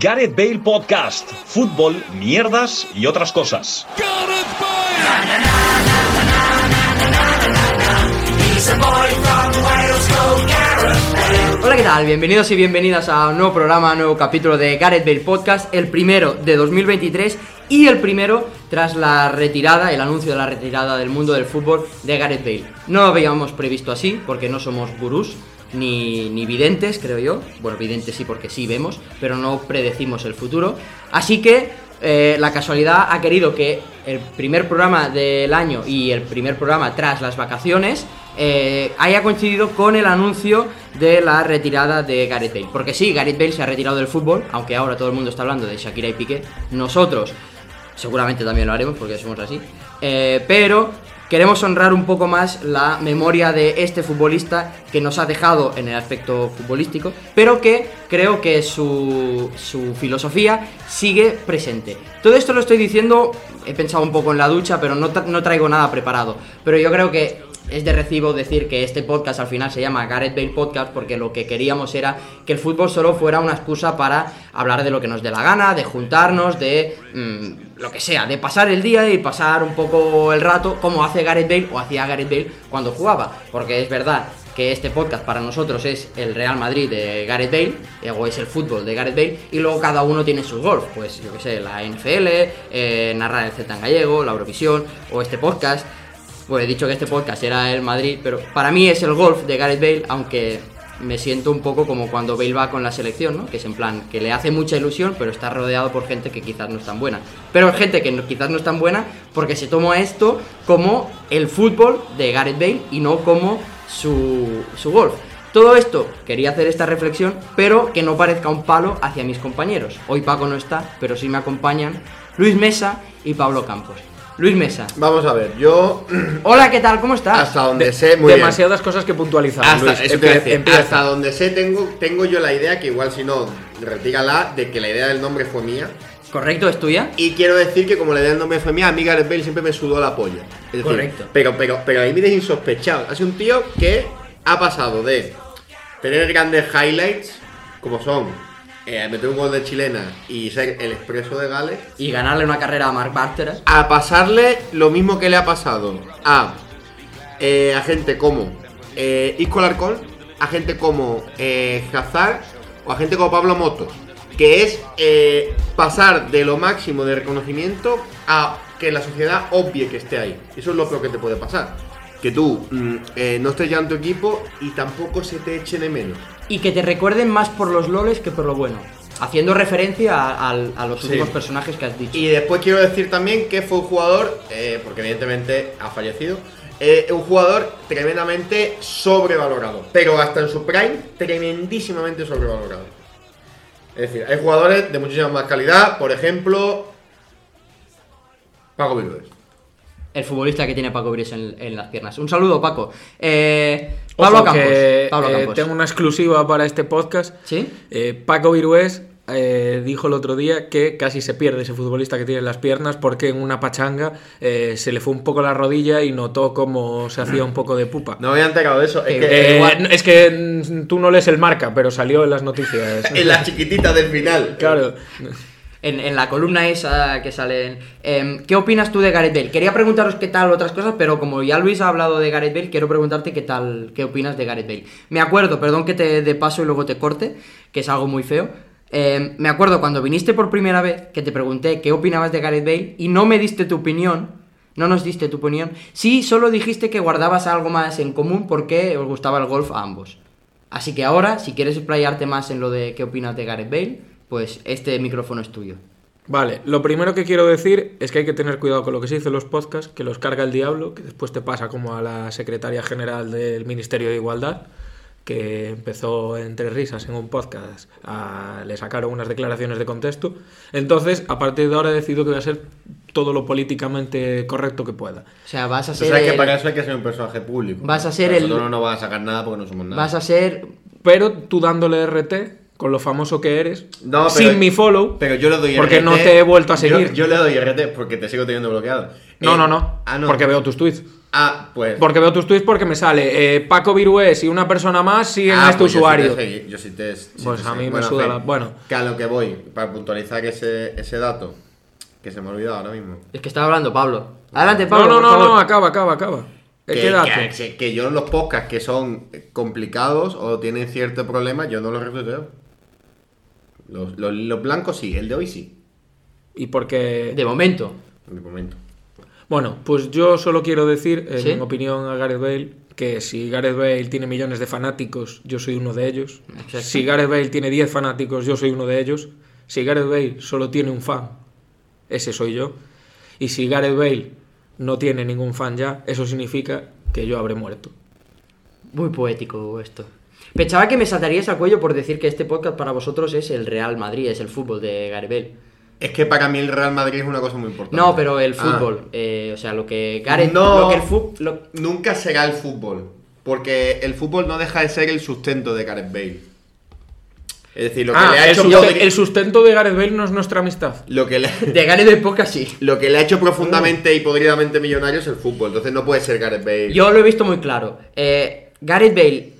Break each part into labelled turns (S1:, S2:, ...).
S1: Gareth Bale Podcast, fútbol, mierdas y otras cosas.
S2: Hola, ¿qué tal? Bienvenidos y bienvenidas a un nuevo programa, nuevo capítulo de Gareth Bale Podcast, el primero de 2023 y el primero tras la retirada, el anuncio de la retirada del mundo del fútbol de Gareth Bale. No lo habíamos previsto así porque no somos gurús. Ni, ni videntes, creo yo. Bueno, videntes sí, porque sí vemos, pero no predecimos el futuro. Así que eh, la casualidad ha querido que el primer programa del año y el primer programa tras las vacaciones eh, haya coincidido con el anuncio de la retirada de Gareth Bale. Porque sí, Gareth Bale se ha retirado del fútbol, aunque ahora todo el mundo está hablando de Shakira y Piqué. Nosotros seguramente también lo haremos porque somos así. eh, pero queremos honrar un poco más la memoria de este futbolista que nos ha dejado en el aspecto futbolístico, pero que creo que su, su filosofía sigue presente. Todo esto lo estoy diciendo, he pensado un poco en la ducha, pero no, tra- no traigo nada preparado. Pero yo creo que es de recibo decir que este podcast al final se llama Gareth Bale Podcast porque lo que queríamos era que el fútbol solo fuera una excusa para hablar de lo que nos dé la gana, de juntarnos, de mm, lo que sea, de pasar el día y pasar un poco el rato como hace Gareth Bale o hacía Gareth Bale cuando jugaba. Porque es verdad que este podcast para nosotros es el Real Madrid de Gareth Bale, eh, o es el fútbol de Gareth Bale, y luego cada uno tiene su golf, pues yo que sé, la NFL, eh, narrar el Z en gallego, la Eurovisión, o este podcast. Pues he dicho que este podcast era el Madrid, pero para mí es el golf de Gareth Bale, aunque me siento un poco como cuando Bale va con la selección, ¿no? Que es en plan, que le hace mucha ilusión, pero está rodeado por gente que quizás no es tan buena. Pero gente que no- quizás no es tan buena porque se toma esto como el fútbol de Gareth Bale y no como su, su golf. Todo esto quería hacer esta reflexión, pero que no parezca un palo hacia mis compañeros. Hoy Paco no está, pero sí me acompañan Luis Mesa y Pablo Campos. Luis Mesa,
S3: Vamos a ver, yo
S2: Hola, ¿qué tal? ¿Cómo estás?
S3: hasta donde
S4: De-
S3: sé, muy bien.
S4: demasiadas cosas que puntualizar.
S3: Hasta,
S4: Luis.
S3: eso te iba a
S4: Empie-
S3: decir,
S4: empieza.
S3: hasta donde sé tengo, tengo yo la idea, que igual si no, retírala, de que la idea del nombre fue mía.
S2: ¿Correcto? ¿Es tuya?
S3: Y quiero decir que como la idea del nombre fue mía, a mí Gareth Bale siempre me sudó la polla. Es decir,
S2: Correcto.
S3: Pero, pero, pero ahí mires insospechado. Es un tío que ha pasado de tener grandes highlights, como son eh, meter un gol de chilena y ser el expreso de Gales,
S2: Y ganarle una carrera a Mark Barteras.
S3: a pasarle lo mismo que le ha pasado a, eh, a gente como eh, Isco Alarcón, a gente como eh, Hazard o a gente como Pablo Motos, que es eh, pasar de lo máximo de reconocimiento a que la sociedad obvie que esté ahí. Eso es lo peor que te puede pasar. Que tú mm, eh, no estés ya en tu equipo y tampoco se te echen de menos.
S2: Y que te recuerden más por los loles que por lo bueno. Haciendo referencia a, al- a los
S3: Sí.
S2: últimos personajes que has dicho.
S3: Y después quiero decir también que fue un jugador, eh, porque evidentemente ha fallecido, eh, un jugador tremendamente sobrevalorado. Pero hasta en su prime, tremendísimamente sobrevalorado. Es decir, hay jugadores de muchísima más calidad, por ejemplo, Paco Virués.
S2: El futbolista que tiene Paco Brice en, en las piernas. Un saludo, Paco. Eh, Pablo
S4: Ojo,
S2: Campos.
S4: que,
S2: Pablo
S4: eh,
S2: Campos.
S4: tengo una exclusiva para este podcast.
S2: ¿Sí?
S4: Eh, Paco Virués eh, dijo el otro día que casi se pierde ese futbolista que tiene en las piernas porque en una pachanga eh, se le fue un poco la rodilla y notó cómo se hacía un poco de pupa.
S3: No me había enterado de eso. Es que
S4: Eh,
S3: igual,
S4: es que mm, tú no lees el marca, pero salió en las noticias.
S3: en la chiquitita del final.
S4: claro.
S2: En, en la columna esa que sale. en- Em, ¿Qué opinas tú de Gareth Bale? Quería preguntaros qué tal otras cosas, pero como ya Luis ha hablado de Gareth Bale, quiero preguntarte qué tal, qué opinas de Gareth Bale. Me acuerdo, perdón que te de paso y luego te corte, que es algo muy feo. Em, me acuerdo cuando viniste por primera vez que te pregunté qué opinabas de Gareth Bale y no me diste tu opinión. No nos diste tu opinión. Sí, solo dijiste que guardabas algo más en común porque os gustaba el golf a ambos. Así que ahora, si quieres explayarte más en lo de qué opinas de Gareth Bale, pues este micrófono es tuyo.
S4: Vale, lo primero que quiero decir es que hay que tener cuidado con lo que se dice en los podcasts, que los carga el diablo, que después te pasa como a la secretaria general del Ministerio de Igualdad, que empezó entre risas en un podcast, a- le sacaron unas declaraciones de contexto. Entonces, a partir de ahora decido que voy a ser todo lo políticamente correcto que pueda.
S2: O sea, vas a
S3: O
S2: ser.
S3: sea, que
S2: el-
S3: para eso hay que ser un personaje público.
S2: Eh, Vas a ser
S3: Pero
S2: el-
S3: Nosotros no vas a sacar nada porque no somos nada.
S2: vas a ser.
S4: Pero tú dándole RT, con lo famoso que eres,
S3: No, pero-
S4: sin mi follow,
S3: Pero yo le doy
S4: porque
S3: RT,
S4: no te he vuelto a
S3: yo-
S4: seguir.
S3: Yo, le doy RT porque te sigo teniendo bloqueado. Eh,
S4: No, no, no.
S3: ah, no.
S4: Porque veo tus tweets.
S3: Ah, pues.
S4: Porque veo tus tweets porque me sale eh, Paco Virués y una persona más siguen
S3: Ah,
S4: a este
S3: pues yo sí te
S4: usuario.
S3: seguí- Yo sí te. sí
S4: Pues
S3: te
S4: a
S3: seguí.
S4: mí me suda
S3: Fe,
S4: la- bueno.
S3: Que a lo que voy, para puntualizar que ese, ese dato, que se me ha olvidado ahora mismo.
S2: Es que estaba hablando Pablo. Adelante,
S4: No,
S2: Pablo.
S4: no,
S2: por
S4: no,
S2: favor.
S4: no, acaba, acaba, acaba. Eh,
S3: Que,
S4: ¿Qué dato?
S3: que- que yo los podcasts que son complicados o tienen cierto problema, yo no los retuiteo. Los, los, los blancos sí, el de hoy sí,
S4: Y porque.
S2: De momento.
S3: de momento.
S4: Bueno, pues yo solo quiero decir, en
S2: ¿Sí?
S4: opinión a Gareth Bale, que si Gareth Bale tiene millones de fanáticos, yo soy uno de ellos.
S2: Exacto.
S4: Si Gareth Bale tiene 10 fanáticos, yo soy uno de ellos. Si Gareth Bale solo tiene un fan, ese soy yo. Y si Gareth Bale no tiene ningún fan ya, eso significa que yo habré muerto.
S2: Muy poético esto. Pensaba que me saltarías al cuello por decir que este podcast para vosotros es el Real Madrid, es el fútbol de Garibel.
S3: Es que para mí el Real Madrid es una cosa muy importante.
S2: No, pero el
S3: Ah.
S2: fútbol. eh, o sea, lo que Gareth.
S3: No.
S2: Lo que el fútbol. lo-
S3: Nunca será el fútbol, porque el fútbol no deja de ser el sustento de Gareth Bale. Es decir, lo que
S4: Ah,
S3: le ha
S4: el,
S3: hecho
S4: susten-
S3: Modric-
S4: el sustento de Gareth Bale no es nuestra amistad.
S3: lo que le,
S2: De Gareth del podcast sí.
S3: Lo que le ha hecho profundamente y podridamente millonario es el fútbol, entonces no puede ser Gareth Bale.
S2: Yo lo he visto muy claro. Eh, Gareth Bale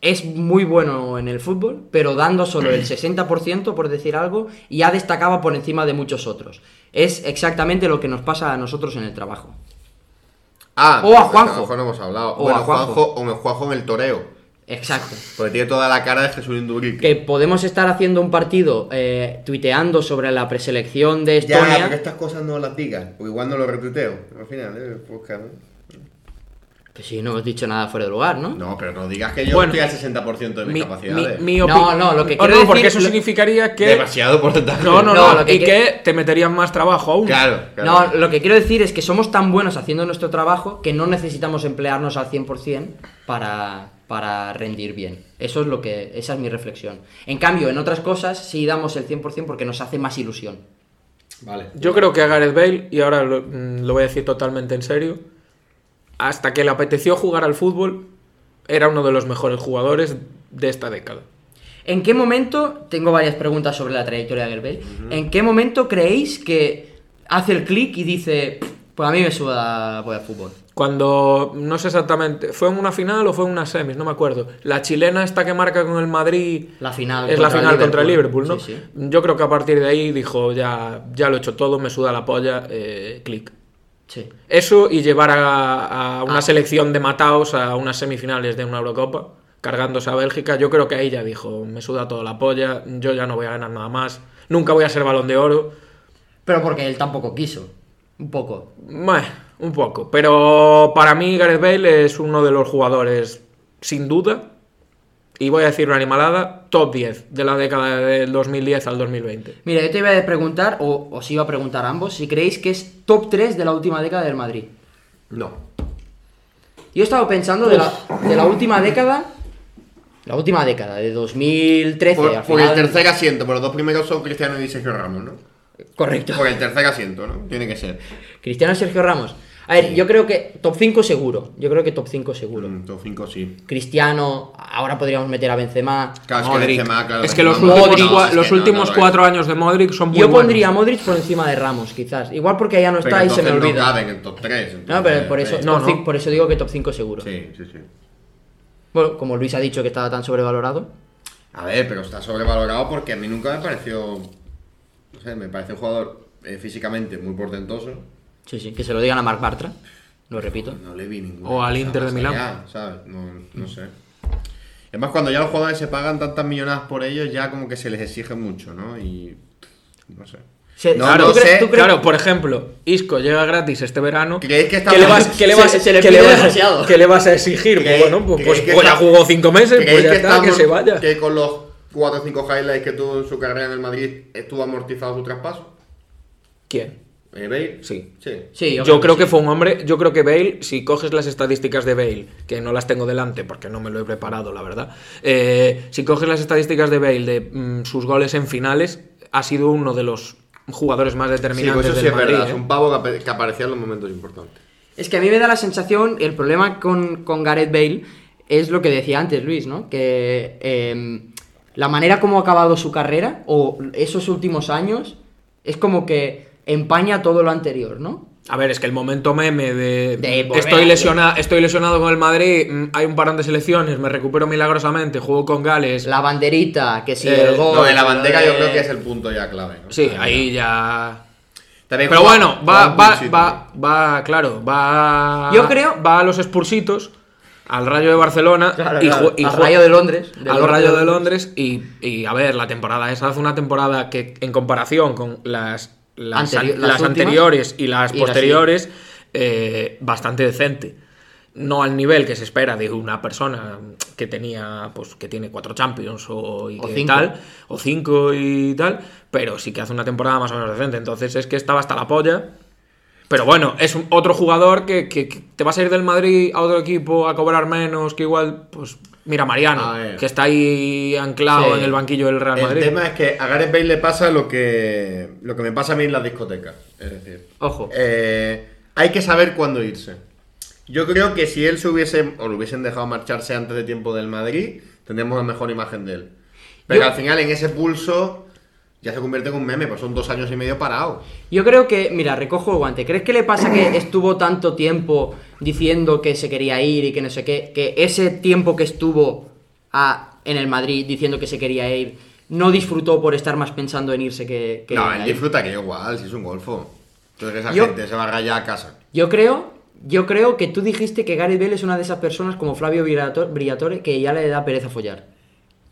S2: es muy bueno en el fútbol, pero dando solo el 60%, por decir algo, y ya destacaba por encima de muchos otros. Es exactamente lo que nos pasa a nosotros en el trabajo.
S3: ah,
S2: o a
S3: pues
S2: Juanjo.
S3: no hemos hablado.
S2: O
S3: Bueno,
S2: a Juanjo.
S3: o me Juanjo en el toreo.
S2: Exacto.
S3: Porque tiene toda la cara de Jesús Indurrique.
S2: Que podemos estar haciendo un partido eh, tuiteando sobre la preselección de
S3: Ya,
S2: Estonia.
S3: porque estas cosas no las digas, porque igual no lo retuiteo. Al final, eh, podcast, ¿no?
S2: Pues sí, no hemos dicho nada fuera de lugar, ¿no?
S3: No, pero no digas que yo
S4: Bueno.
S3: estoy al 60% de mis
S4: Mi-
S3: capacidades.
S4: mi- mi
S2: No,
S4: opi-
S2: no, lo que
S4: Oh,
S2: quiero
S4: no, porque
S2: decir-
S4: eso
S2: lo-
S4: signifiado que...
S3: Demasiado porcentaje.
S4: No, no,
S2: No,
S4: no,
S2: lo que
S4: y
S2: qui-
S4: que te meterían más trabajo aún.
S3: Claro, claro.
S2: No, lo que quiero decir es que somos tan buenos haciendo nuestro trabajo que no necesitamos emplearnos al 100% para, para rendir bien. Eso es lo que, esa es mi reflexión. En cambio, en otras cosas sí damos el 100% porque nos hace más ilusión.
S3: Vale.
S4: Yo creo que a Gareth Bale, y ahora lo, mm, lo voy a decir totalmente en serio, hasta que le apeteció jugar al fútbol, era uno de los mejores jugadores de esta década.
S2: ¿En qué momento, tengo varias preguntas sobre la trayectoria de Gerbel, ¿en qué momento creéis que hace el clic y dice, pues a mí me suda voy al fútbol?
S4: Cuando, no sé exactamente, ¿fue en una final o fue en una semis? No me acuerdo. La chilena esta que marca con el Madrid...
S2: La final
S4: Es la
S2: contra el
S4: final contra el
S2: Liverpool.
S4: Liverpool, ¿no?
S2: Sí, sí.
S4: Yo creo que a partir de ahí dijo, ya, ya lo he hecho todo, me suda la polla, eh, clic.
S2: Sí.
S4: Eso y llevar a, a una
S2: Ah.
S4: selección de mataos a unas semifinales de una Eurocopa, cargándose a Bélgica, yo creo que ahí ya dijo, me suda toda la polla, yo ya no voy a ganar nada más, nunca voy a ser balón de oro.
S2: Pero porque él tampoco quiso. Un poco.
S4: Meh, un poco. Pero para mí Gareth Bale es uno de los jugadores, sin duda, y voy a decir una animalada, top 10 de la década del 2010 al 2020.
S2: Mira, yo te iba a preguntar, o os iba a preguntar a ambos, si creéis que es top 3 de la última década del Madrid.
S3: No.
S2: Yo he estado pensando de la, de la última década. La última década, de 2013
S3: Por,
S2: al
S3: por el
S2: final-
S3: tercer asiento, por los dos primeros son Cristiano y Sergio Ramos, ¿no?
S2: Correcto.
S3: Por el tercer asiento, ¿no? Tiene que ser.
S2: Cristiano Sergio Ramos. A ver, yo creo que top 5 seguro. Yo creo que top 5 seguro.
S3: Mm, Top 5 sí.
S2: Cristiano, ahora podríamos meter a Benzema.
S3: Claro, es que
S4: Modric.
S3: Benzema, Ah, claro,
S4: Es que
S3: Benzema
S4: los
S3: no-
S4: últimos,
S2: Modric.
S4: cua-
S3: no, es
S4: los
S3: que no,
S4: últimos
S3: no lo es.
S4: cuatro años de Modric son muy
S2: Yo
S4: buenos.
S2: pondría a Modric por encima de Ramos, quizás. Igual porque ya no
S3: Pero
S2: está y se me
S3: entonces
S2: olvida.
S3: No caben en top 3.
S2: No, pero por eso,
S4: No,
S2: top
S4: no.
S2: cinco- por eso digo que top 5 seguro.
S3: Sí, sí, sí.
S2: Bueno, como Luis ha dicho que estaba tan sobrevalorado.
S3: A ver, pero está sobrevalorado porque a mí nunca me pareció. No sé, me parece un jugador eh, físicamente muy portentoso.
S2: Sí, sí, que se lo digan a Mark Bartra. Lo repito.
S3: No le vi ningún.
S4: O al Inter de Milán.
S3: ¿sabes? No, no sé. Es más, cuando ya los jugadores se pagan tantas millonadas por ellos, ya como que se les exige mucho, ¿no? Y. No sé.
S2: Se-
S3: No,
S4: Claro,
S3: no
S4: tú
S3: sé.
S4: cre- tú cre- claro, por ejemplo, Isco llega gratis este verano.
S3: ¿Creéis que está
S4: le
S3: mal?
S4: vas, que le
S2: Se-
S4: vas,
S2: se le
S4: que
S2: pide
S4: le vas-
S2: demasiado.
S4: que le vas a exigir? Pues
S3: ¿Creéis-
S4: bueno, pues,
S3: creéis
S4: pues,
S3: que
S4: pues ya
S3: está-
S4: jugó cinco meses,
S3: ¿Creéis
S4: pues ya está, que
S3: estamos-
S4: se vaya.
S3: Que con los 4 o 5 highlights que tuvo en su carrera en el Madrid estuvo amortizado su traspaso.
S4: ¿Quién?
S3: Eh, Bale.
S4: Sí.
S3: Sí.
S2: Sí,
S4: Yo, creo, que, fue un hombre, yo creo que Bale, si coges las estadísticas de Bale, que no las tengo delante porque no me lo he preparado, la verdad, eh, si coges las estadísticas de Bale de mm, sus goles en finales, ha sido uno de los jugadores más
S3: Sí, pues
S4: determinantes
S3: eso sí
S4: del
S3: es
S4: Madrid.
S3: verdad.
S4: ¿eh?
S3: Es un pavo que, ape- que aparecía en los momentos importantes.
S2: Es que a mí me da la sensación, el problema con, con Gareth Bale es lo que decía antes Luis, ¿no? Que em, la manera como ha acabado su carrera o esos últimos años es como que empaña todo lo anterior, ¿no?
S4: A ver, es que el momento meme de, mm,
S2: De volver
S4: estoy,
S2: a-
S4: lesiona- estoy lesionado con el Madrid, mm, hay un parón de selecciones, me recupero milagrosamente, juego con Gales.
S2: La banderita, que si
S4: Eh,
S2: el gol.
S3: Lo de la bandeja
S2: lo
S3: yo
S2: de-
S3: creo que es el punto ya clave. ¿no?
S4: Sí, ahí ya.
S3: También
S4: Pero
S3: juega-
S4: bueno,
S3: juega
S4: va,
S3: un
S4: va,
S3: pulsito.
S4: va, va, claro, va.
S2: Yo creo-
S4: Va a los expursitos, al Rayo de Barcelona
S2: Claro,
S4: y,
S2: claro,
S4: ju- y
S2: al
S4: ju-
S2: Rayo de Londres. del
S4: al
S2: norte
S4: Rayo de Londres. Y, y, a ver, la temporada esa hace una temporada que, en comparación con las, las,
S2: Anteri-
S4: an-
S2: las
S4: las
S2: últimas
S4: anteriores y las
S2: y las
S4: posteriores, eh, bastante decente. No al nivel que se espera de una persona que tenía, pues, que tiene cuatro Champions o, y
S2: O
S4: que
S2: cinco.
S4: tal, o cinco y tal, pero sí que hace una temporada más o menos decente. Entonces es que estaba hasta la polla. Pero bueno, es un- otro jugador que, que- que te vas a ir del Madrid a otro equipo a cobrar menos, que igual, pues mira
S3: A ver.
S4: Mariano, que está ahí anclado
S2: Sí.
S4: en el banquillo del Real
S3: El
S4: Madrid.
S3: tema es que a Gareth Bale le pasa lo que, lo que me pasa a mí en las discotecas. Es decir,
S2: Ojo.
S3: eh, hay que saber cuándo irse. Yo creo que si él se hubiese, o lo hubiesen dejado marcharse antes de tiempo del Madrid, tendríamos una mejor imagen de él. Pero
S2: Yo-
S3: al final, en ese pulso, ya se convierte en un meme, pues son dos años y medio parado.
S2: Yo creo que, mira, recojo el guante. ¿Crees que le pasa que estuvo tanto tiempo diciendo que se quería ir y que no sé qué? Que ese tiempo que estuvo a- en el Madrid diciendo que se quería ir, no disfrutó por estar más pensando en irse que. que
S3: No,
S2: ahí?
S3: él disfruta que igual, si es un golfo. Entonces esa
S2: Yo-
S3: gente se va a rayar a casa.
S2: Yo creo, yo creo que tú dijiste que Gary Bell es una de esas personas como Flavio Briato- Briatore que ya le da pereza follar.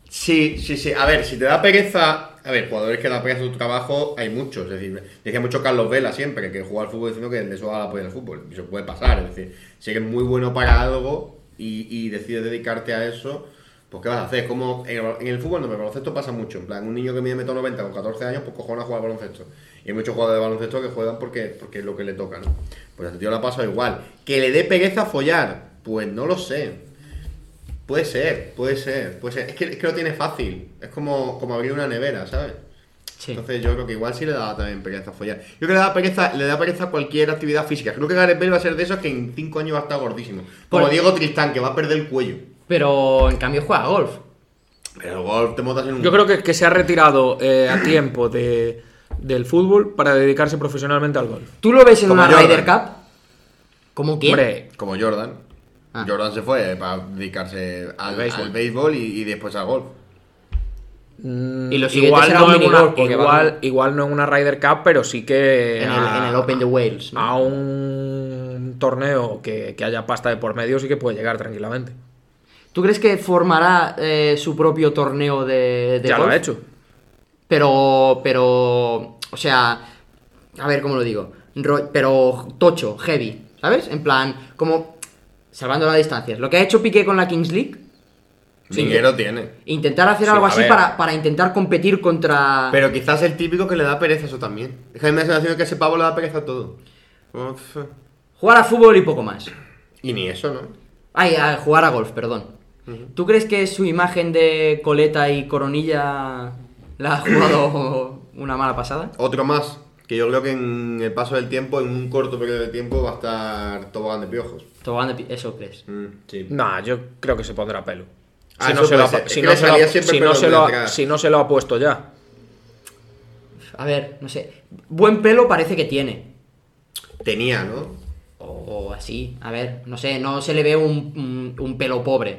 S3: Sí, sí, sí. A ver, si te da pereza. A ver, jugadores que da pereza su trabajo, hay muchos. Es decir, decía mucho Carlos Vela siempre que juega al fútbol diciendo que le suba la polla al fútbol. Eso puede pasar. Es decir, si eres muy bueno para algo y, y decides dedicarte a eso, pues ¿qué vas a hacer? Es como en el, en el fútbol, no, pero en el baloncesto pasa mucho. En plan, un niño que mide 1,90 90 con 14 años, pues cojones a jugar al baloncesto. Y hay muchos jugadores de baloncesto que juegan porque, porque es lo que le toca, ¿no? Pues al tío le ha pasado igual. ¿Que le dé pereza follar? Pues no lo sé. Puede ser, puede ser, puede ser. Es que, es que lo tiene fácil. Es como, como abrir una nevera, ¿sabes?
S2: Sí.
S3: Entonces yo creo que igual sí le daba también pereza follar. Yo creo que le da pereza, le da pereza cualquier actividad física. Creo que Gareth Bale va a ser de esos que en 5 años va a estar gordísimo. Como
S2: Por-
S3: Diego Tristán, que va a perder el cuello.
S2: Pero en cambio juega a golf.
S3: Pero el golf te montas en un...
S4: Yo creo que, que se ha retirado eh, a tiempo de, del fútbol para dedicarse profesionalmente al golf.
S2: ¿Tú lo ves en
S3: Como
S2: una
S3: Jordan.
S2: Ryder Cup? ¿Cómo quién?
S4: Hombre,
S3: Como Jordan.
S2: Ah.
S3: Jordan se fue eh, para dedicarse al, al
S4: béisbol.
S3: béisbol, y, y después al golf.
S2: Y lo siguiente
S4: igual
S2: será
S4: no,
S2: un
S4: en
S2: mini
S4: una,
S2: golf, porque va
S4: igual,
S2: con-
S4: igual no en una Ryder Cup, pero sí que
S2: en, el,
S4: a-
S2: en el Open de Wales. ¿no?
S4: a un torneo que, que haya pasta de por medio sí que puede llegar tranquilamente.
S2: ¿Tú crees que formará eh, su propio torneo de, de
S4: ya lo
S2: golf?
S4: ha hecho.
S2: Pero, pero, o sea, a ver cómo lo digo, Ro- pero tocho, heavy, ¿sabes? En plan, como salvando las distancias. Lo que ha hecho Piqué con la Kings League,
S3: Dinero tiene.
S2: intentar hacer
S4: Sí,
S2: algo
S4: a
S2: así
S4: ver.
S2: para, para intentar competir contra...
S3: Pero quizás el típico que le da pereza eso también. Es que a mí me da la sensación que ese pavo le da pereza a todo. Uf.
S2: Jugar a fútbol y poco más.
S3: Y ni eso, ¿no?
S2: Ay, a jugar a golf, perdón. ¿Tú crees que su imagen de coleta y coronilla la ha jugado una mala pasada?
S3: Otro más, que yo creo que en el paso del tiempo, en un corto periodo de tiempo, va a estar tobogán de piojos.
S2: Tobogán de pi- Eso crees.
S3: Mm, sí.
S4: Nah, yo creo que se pondrá pelo.
S3: Ah,
S4: Si
S3: eso
S4: no se
S3: puede
S4: lo ha-
S3: ser.
S4: si
S3: Es que
S4: no
S3: le
S4: se lo
S3: salía
S4: ha-
S3: siempre
S4: si
S3: pelo
S4: no se lo
S3: de
S4: ha-
S3: atrás.
S4: si no se lo ha puesto ya.
S2: A ver, no sé. Buen pelo parece que tiene.
S3: Tenía, ¿no?
S2: O, o así, a ver, no sé, no se le ve un, un- un pelo pobre,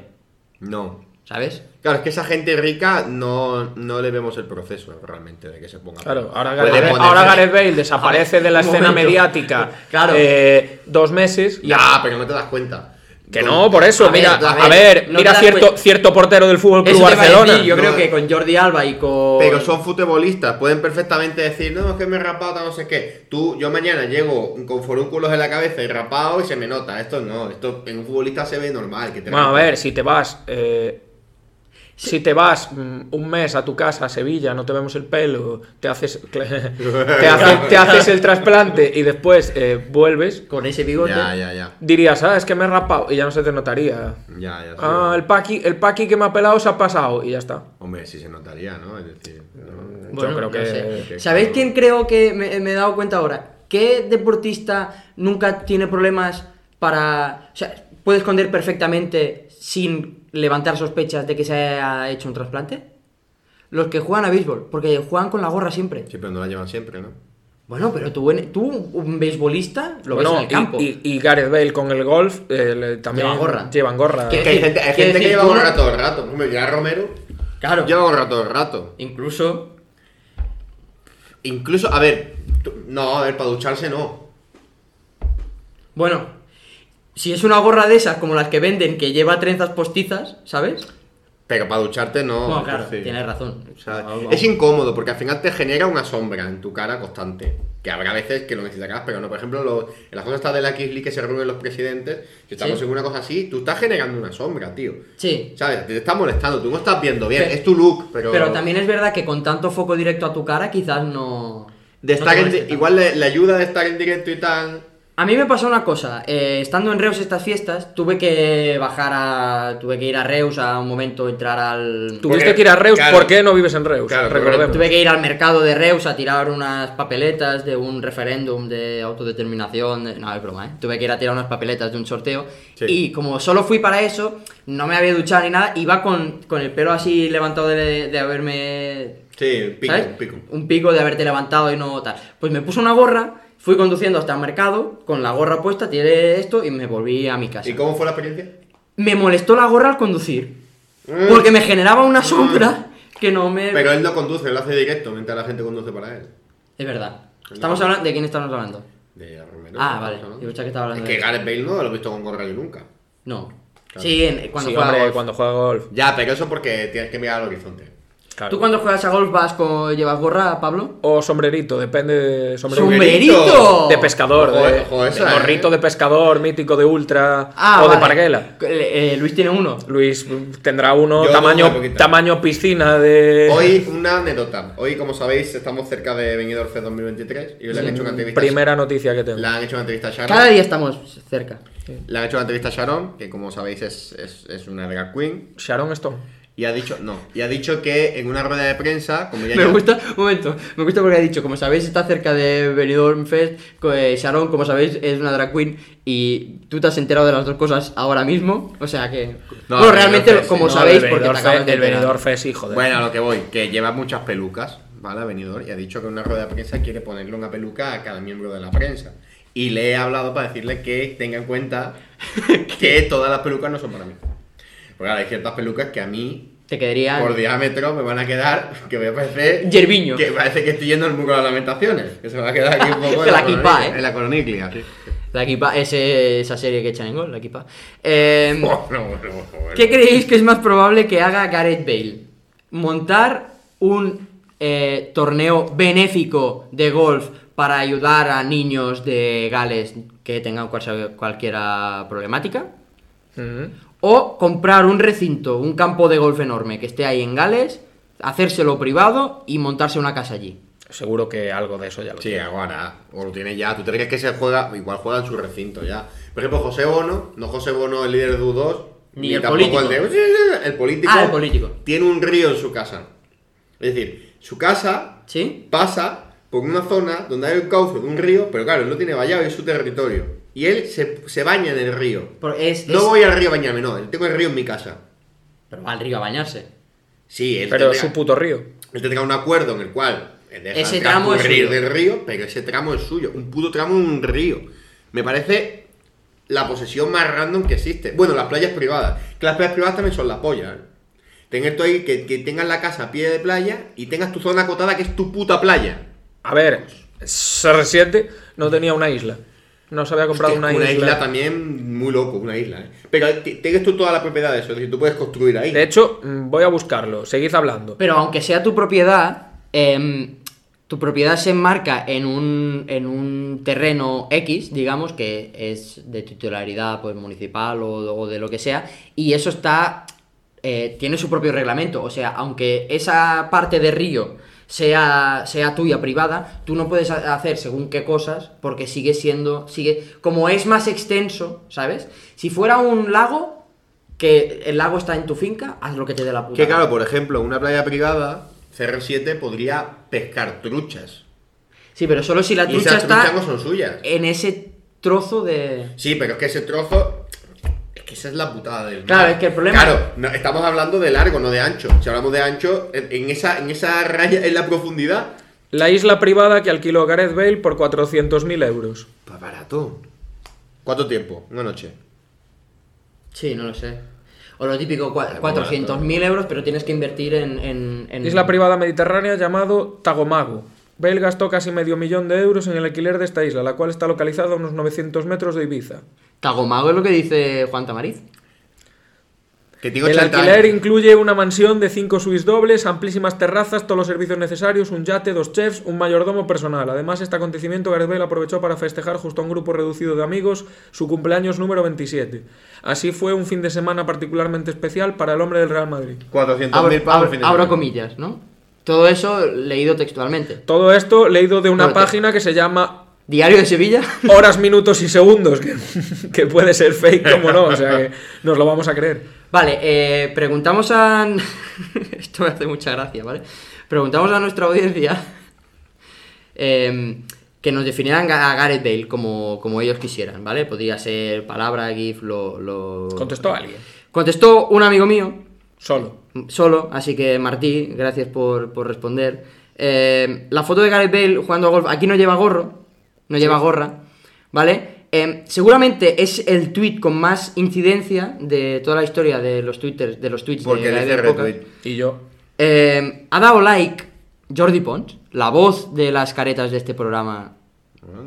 S3: No.
S2: ¿sabes?
S3: Claro, es que esa gente rica no, no le vemos el proceso realmente de que se ponga.
S4: Claro, ahora
S3: Puede
S4: Gareth,
S3: ponerse-
S4: ahora Gareth Bale desaparece de la
S2: un
S4: escena
S2: momento.
S4: mediática
S2: Claro.
S4: eh, dos meses.
S3: Ya, Ah, pero no te das cuenta.
S4: Que
S3: Con-
S4: no, por eso,
S2: A ver,
S4: mira,
S2: a
S4: a
S2: ver,
S4: ver,
S2: no
S4: mira
S2: te das
S4: cierto,
S2: cuenta.
S4: cierto portero del Fútbol Club
S2: Eso te iba a
S4: Barcelona.
S2: decir, yo
S3: No.
S2: creo que con Jordi Alba y con.
S3: Pero son futbolistas, pueden perfectamente decir, no, es que me he rapado, tal, no sé qué. Tú, yo mañana llego con forúnculos en la cabeza y rapado y se me nota. Esto no, esto en un futbolista se ve normal. Que te
S4: Bueno, a
S3: rapes.
S4: ver, si te vas. eh, si te vas mm, un mes a tu casa, a Sevilla, no te vemos el pelo, te haces, te haces, te haces el trasplante y después eh, vuelves,
S2: Con ese bigote.
S3: Ya, ya, ya.
S4: dirías, ah, es que me he rapado y ya no se te notaría.
S3: Ya, ya. sí.
S4: Ah, el paqui, el paqui que me ha pelado se ha pasado y ya está.
S3: Hombre, sí se notaría, ¿no? Es decir, no.
S2: Bueno,
S4: yo
S2: no
S4: creo que.
S2: sé.
S3: que-
S2: ¿Sabéis quién creo que me, me he dado cuenta ahora? ¿Qué deportista nunca tiene problemas para. O sea, puede esconder perfectamente sin levantar sospechas de que se ha hecho un trasplante? Los que juegan a béisbol, porque juegan con la gorra siempre.
S3: Sí, pero no la llevan siempre, ¿no?
S2: Bueno, pero tú, en- tú un beisbolista, lo
S4: Bueno,
S2: ves en el
S4: y-
S2: campo.
S4: Y, y Gareth Bale con el golf eh, le- también
S2: Lleva gorra.
S4: llevan gorra.
S2: ¿Qué?
S3: Que hay gente, hay
S2: Quiero
S3: gente que
S2: decir,
S3: lleva
S2: tú-
S3: gorra todo el rato. Hombre, ya Romero
S2: Claro.
S3: lleva gorra todo el rato.
S2: Incluso.
S3: Incluso, a ver, tú- no, a ver, para ducharse no.
S2: Bueno, si es una gorra de esas como las que venden que lleva trenzas postizas, ¿sabes?
S3: Pero para ducharte no.
S2: bueno, claro,
S3: entonces-
S2: tienes razón.
S3: O sea,
S2: Algo-
S3: es incómodo porque al final te genera una sombra en tu cara constante. Que habrá veces que lo necesitarás, pero no. Por ejemplo, lo- en las cosas estas de la X League que se reúnen los presidentes, si estamos
S2: Sí.
S3: en una cosa así, tú estás generando una sombra, tío.
S2: Sí.
S3: ¿Sabes? Te está molestando, tú no estás viendo bien.
S2: Pe-
S3: es tu look, pero.
S2: Pero también es verdad que con tanto foco directo a tu cara, quizás no.
S3: De
S2: no te
S3: estar en
S2: moleste
S3: di-
S2: tanto.
S3: igual le, le ayuda de estar en directo y tan.
S2: A mí me pasó una cosa, eh, estando en Reus estas fiestas, tuve que bajar a. tuve que ir a Reus a un momento, entrar al.
S4: Tuviste
S3: Porque-
S4: que ir a Reus,
S3: claro.
S4: ¿por qué no vives en Reus?
S3: Claro,
S4: Recordemos.
S2: Tuve que ir al mercado de Reus a tirar unas papeletas de un referéndum de autodeterminación. de- No, es broma, ¿eh? Tuve que ir a tirar unas papeletas de un sorteo.
S3: Sí.
S2: Y como solo fui para eso, no me había duchado ni nada. Iba con, con el pelo así levantado de, de haberme.
S3: Sí, pico,
S2: ¿sabes?
S3: pico.
S2: Un pico de haberte levantado y no tal. Pues me puse una gorra, fui conduciendo hasta el mercado, con la gorra puesta, tiré esto y me volví a mi casa.
S3: ¿Y cómo fue la experiencia?
S2: Me molestó la gorra al conducir.
S3: Mm.
S2: Porque me generaba una sombra que no me.
S3: Pero él no conduce, lo hace directo mientras la gente conduce para él.
S2: Es verdad.
S3: No.
S2: Estamos hablando de quién estamos hablando.
S3: De Romero.
S2: Ah,
S3: ¿no?
S2: vale.
S3: ¿no?
S2: Yo pensaba que estaba hablando
S3: Es que
S2: de-
S3: Gareth Bale no lo he visto con gorra yo nunca.
S2: No.
S3: Claro.
S2: Sí, en- cuando
S4: Sí,
S2: juega
S4: hombre,
S2: golf.
S4: cuando juega golf.
S3: Ya, pero eso porque tienes que mirar al horizonte.
S4: claro.
S2: ¿Tú cuando juegas a golf vas con llevas gorra, Pablo?
S4: O sombrerito, depende de sombrerito.
S2: ¡Sombrerito!
S3: Sombrerito
S4: De pescador,
S3: Ojo,
S4: de,
S3: ojo, esa,
S4: de morrito
S3: eh.
S4: de pescador, mítico de ultra
S2: Ah,
S4: o de
S2: vale.
S4: parguela.
S2: Eh, eh, Luis tiene uno.
S4: Luis mm, tendrá uno
S3: Yo
S4: tamaño,
S3: tengo una poquita.
S4: tamaño piscina
S2: Eh.
S4: de
S3: Hoy una anécdota. Hoy, como sabéis, estamos cerca de Benidorm Fest 2023 y hoy le han hecho una entrevista.
S4: primera noticia que tengo.
S3: Le han hecho una entrevista a Sharon.
S2: Cada día estamos cerca.
S3: Le han hecho una entrevista a Sharon, que como sabéis es, es, es una drag queen.
S4: Sharon Stone.
S3: Y ha dicho, no, y ha dicho que en una rueda de prensa, como ya
S2: Me
S3: ya-
S2: gusta, un momento, me gusta porque ha dicho, como sabéis, está cerca de Benidorm Fest, co- eh, Sharon, como sabéis, es una drag queen y tú te has enterado de las dos cosas ahora mismo, o sea que...
S3: No,
S2: No,
S3: Benidorm
S2: realmente,
S3: Fest,
S2: como
S3: sí,
S4: No,
S2: sabéis,
S4: del
S2: porque te
S4: Benidorm
S2: acabas
S4: Fest-
S2: de
S4: del
S2: enterar.
S4: Benidorm Fest, hijo de...
S3: Bueno, a lo que voy, que lleva muchas pelucas, ¿vale? A venidor, y ha dicho que en una rueda de prensa quiere ponerle una peluca a cada miembro de la prensa. Y le he hablado para decirle que tenga en cuenta que todas las pelucas no son para mí. Porque ahora hay ciertas pelucas que a mí,
S2: Te quedaría...
S3: por diámetro, me van a quedar, que voy a parecer...
S2: Yerviño.
S3: Que parece que estoy yendo al muro de las lamentaciones. Que se me va a quedar aquí un poco
S2: Que la equipa,
S3: coroniclia-
S2: ¿eh?
S3: en la coroniclia.
S2: La equipa, ese- esa serie que echan en gol, la equipa. Eh,
S3: Bueno, bueno, bueno, bueno.
S2: ¿Qué creéis que es más probable que haga Gareth Bale? ¿Montar un eh, torneo benéfico de golf para ayudar a niños de Gales que tengan cual- cualquiera problemática?
S4: Mm.
S2: ¿O comprar un recinto, un campo de golf enorme que esté ahí en Gales, hacérselo privado y montarse una casa allí?
S4: Seguro que algo de eso ya lo
S3: Sí,
S4: tiene.
S3: ahora, o lo tiene ya. ¿Tú te crees que se juega? Igual juega en su recinto ya. Por ejemplo, José Bono, no José Bono, el líder de U2,
S2: Ni el
S3: el de.
S2: político.
S3: El político.
S2: Ah, el político.
S3: Tiene un río en su casa. Es decir, su casa
S2: ¿Sí?
S3: pasa por una zona donde hay un cauce de un río, pero claro, él no tiene vallado, es su territorio. Y él se, se baña en el río.
S2: Por- Es,
S3: No
S2: es-
S3: voy al río a bañarme, no, él tengo el río en mi casa.
S2: Pero va al río a bañarse.
S3: Sí, él
S4: Pero es
S3: tendrá-
S4: su puto río.
S3: Él tendrá un acuerdo en el cual deja
S2: Ese tramo es
S3: transcurrir
S2: suyo.
S3: del río, pero ese tramo es suyo. Un puto tramo en un río. Me parece la posesión más random que existe. Bueno, las playas privadas. Que las playas privadas también son la polla. ¿eh? Tener tú ahí que, que tengas la casa a pie de playa y tengas tu zona acotada que es tu puta playa.
S4: A ver, CR7 no tenía una isla. No se había comprado
S3: Que es
S4: una,
S3: isla.
S4: isla.
S3: también muy loco, una isla. ¿eh? Pero t- tienes tú toda la propiedad de eso. Es decir, tú puedes construir ahí.
S4: De hecho, mm, voy a buscarlo. Seguid hablando.
S2: Pero aunque sea tu propiedad, em, tu propiedad se enmarca en un, en un terreno X, digamos, que es de titularidad pues, municipal o, o de lo que sea, y eso está. eh, tiene su propio reglamento. O sea, aunque esa parte de río sea, sea tuya privada, tú no puedes ha- hacer según qué cosas, porque sigue siendo. Sigue, como es más extenso, ¿sabes? Si fuera un lago. Que el lago está en tu finca, haz lo que te dé la puta.
S3: Que
S2: gana.
S3: claro, por ejemplo, una playa privada, CR7 podría pescar truchas.
S2: Sí, pero solo si la
S3: Y
S2: trucha
S3: esas truchas
S2: está
S3: no son suyas.
S2: en ese trozo de.
S3: Sí, pero es que ese trozo. Es que esa es la putada del. mar.
S2: Claro, es que el problema-
S3: Claro, no, estamos hablando de largo, no de ancho. Si hablamos de ancho, en, en esa, en esa raya, en la profundidad,
S4: La isla privada que alquiló Gareth Bale por 400.000 euros.
S3: Pues barato. ¿Cuánto tiempo? Una noche.
S2: Sí, no lo sé. O lo típico, cua- 400.000 euros, pero tienes que invertir en... en- en-
S4: Isla privada mediterránea llamado Tagomago. Bale gastó casi medio millón de euros en el alquiler de esta isla, la cual está localizada a unos 900 metros de Ibiza.
S2: Tagomago es lo que dice Juan Tamariz.
S3: Que tengo
S4: El
S3: 80
S4: alquiler
S3: años.
S4: incluye una mansión de cinco suites dobles, amplísimas terrazas, todos los servicios necesarios, un yate, dos chefs, un mayordomo personal. Además, este acontecimiento Gareth Bale aprovechó para festejar justo a un grupo reducido de amigos su cumpleaños número 27. Así fue un fin de semana particularmente especial para el hombre del Real Madrid.
S3: 400.000
S2: Abro,
S3: pavos al
S2: abro-
S3: fin de
S2: abro
S3: semana.
S2: comillas, ¿no? Todo eso leído textualmente.
S4: Todo esto leído de una
S2: Bueno, te-
S4: página que se llama
S2: Diario de Sevilla.
S4: horas, minutos y segundos, que, que puede ser fake como no, o sea que nos lo vamos a creer.
S2: Vale, eh, preguntamos a... Esto me hace mucha gracia, ¿vale? Preguntamos a nuestra audiencia eh, que nos definieran a Gareth Bale como, como ellos quisieran, ¿vale? Podría ser palabra, GIF, lo... lo...
S4: Contestó alguien,
S2: Contestó un amigo mío,
S4: solo.
S2: solo, así que Martí, gracias por, por responder. Eh, la foto de Gareth Bale jugando a golf, aquí no lleva gorro, no lleva gorra, ¿vale? Eh, seguramente es el tweet con más incidencia de toda la historia de los twitters, de los tweets
S3: Porque
S2: de
S3: le
S2: Gareth
S3: hice
S2: Bale Coca.
S3: retweet.
S4: Y yo,
S2: Eh, ha dado like Jordi Pons, la voz de las caretas de este programa.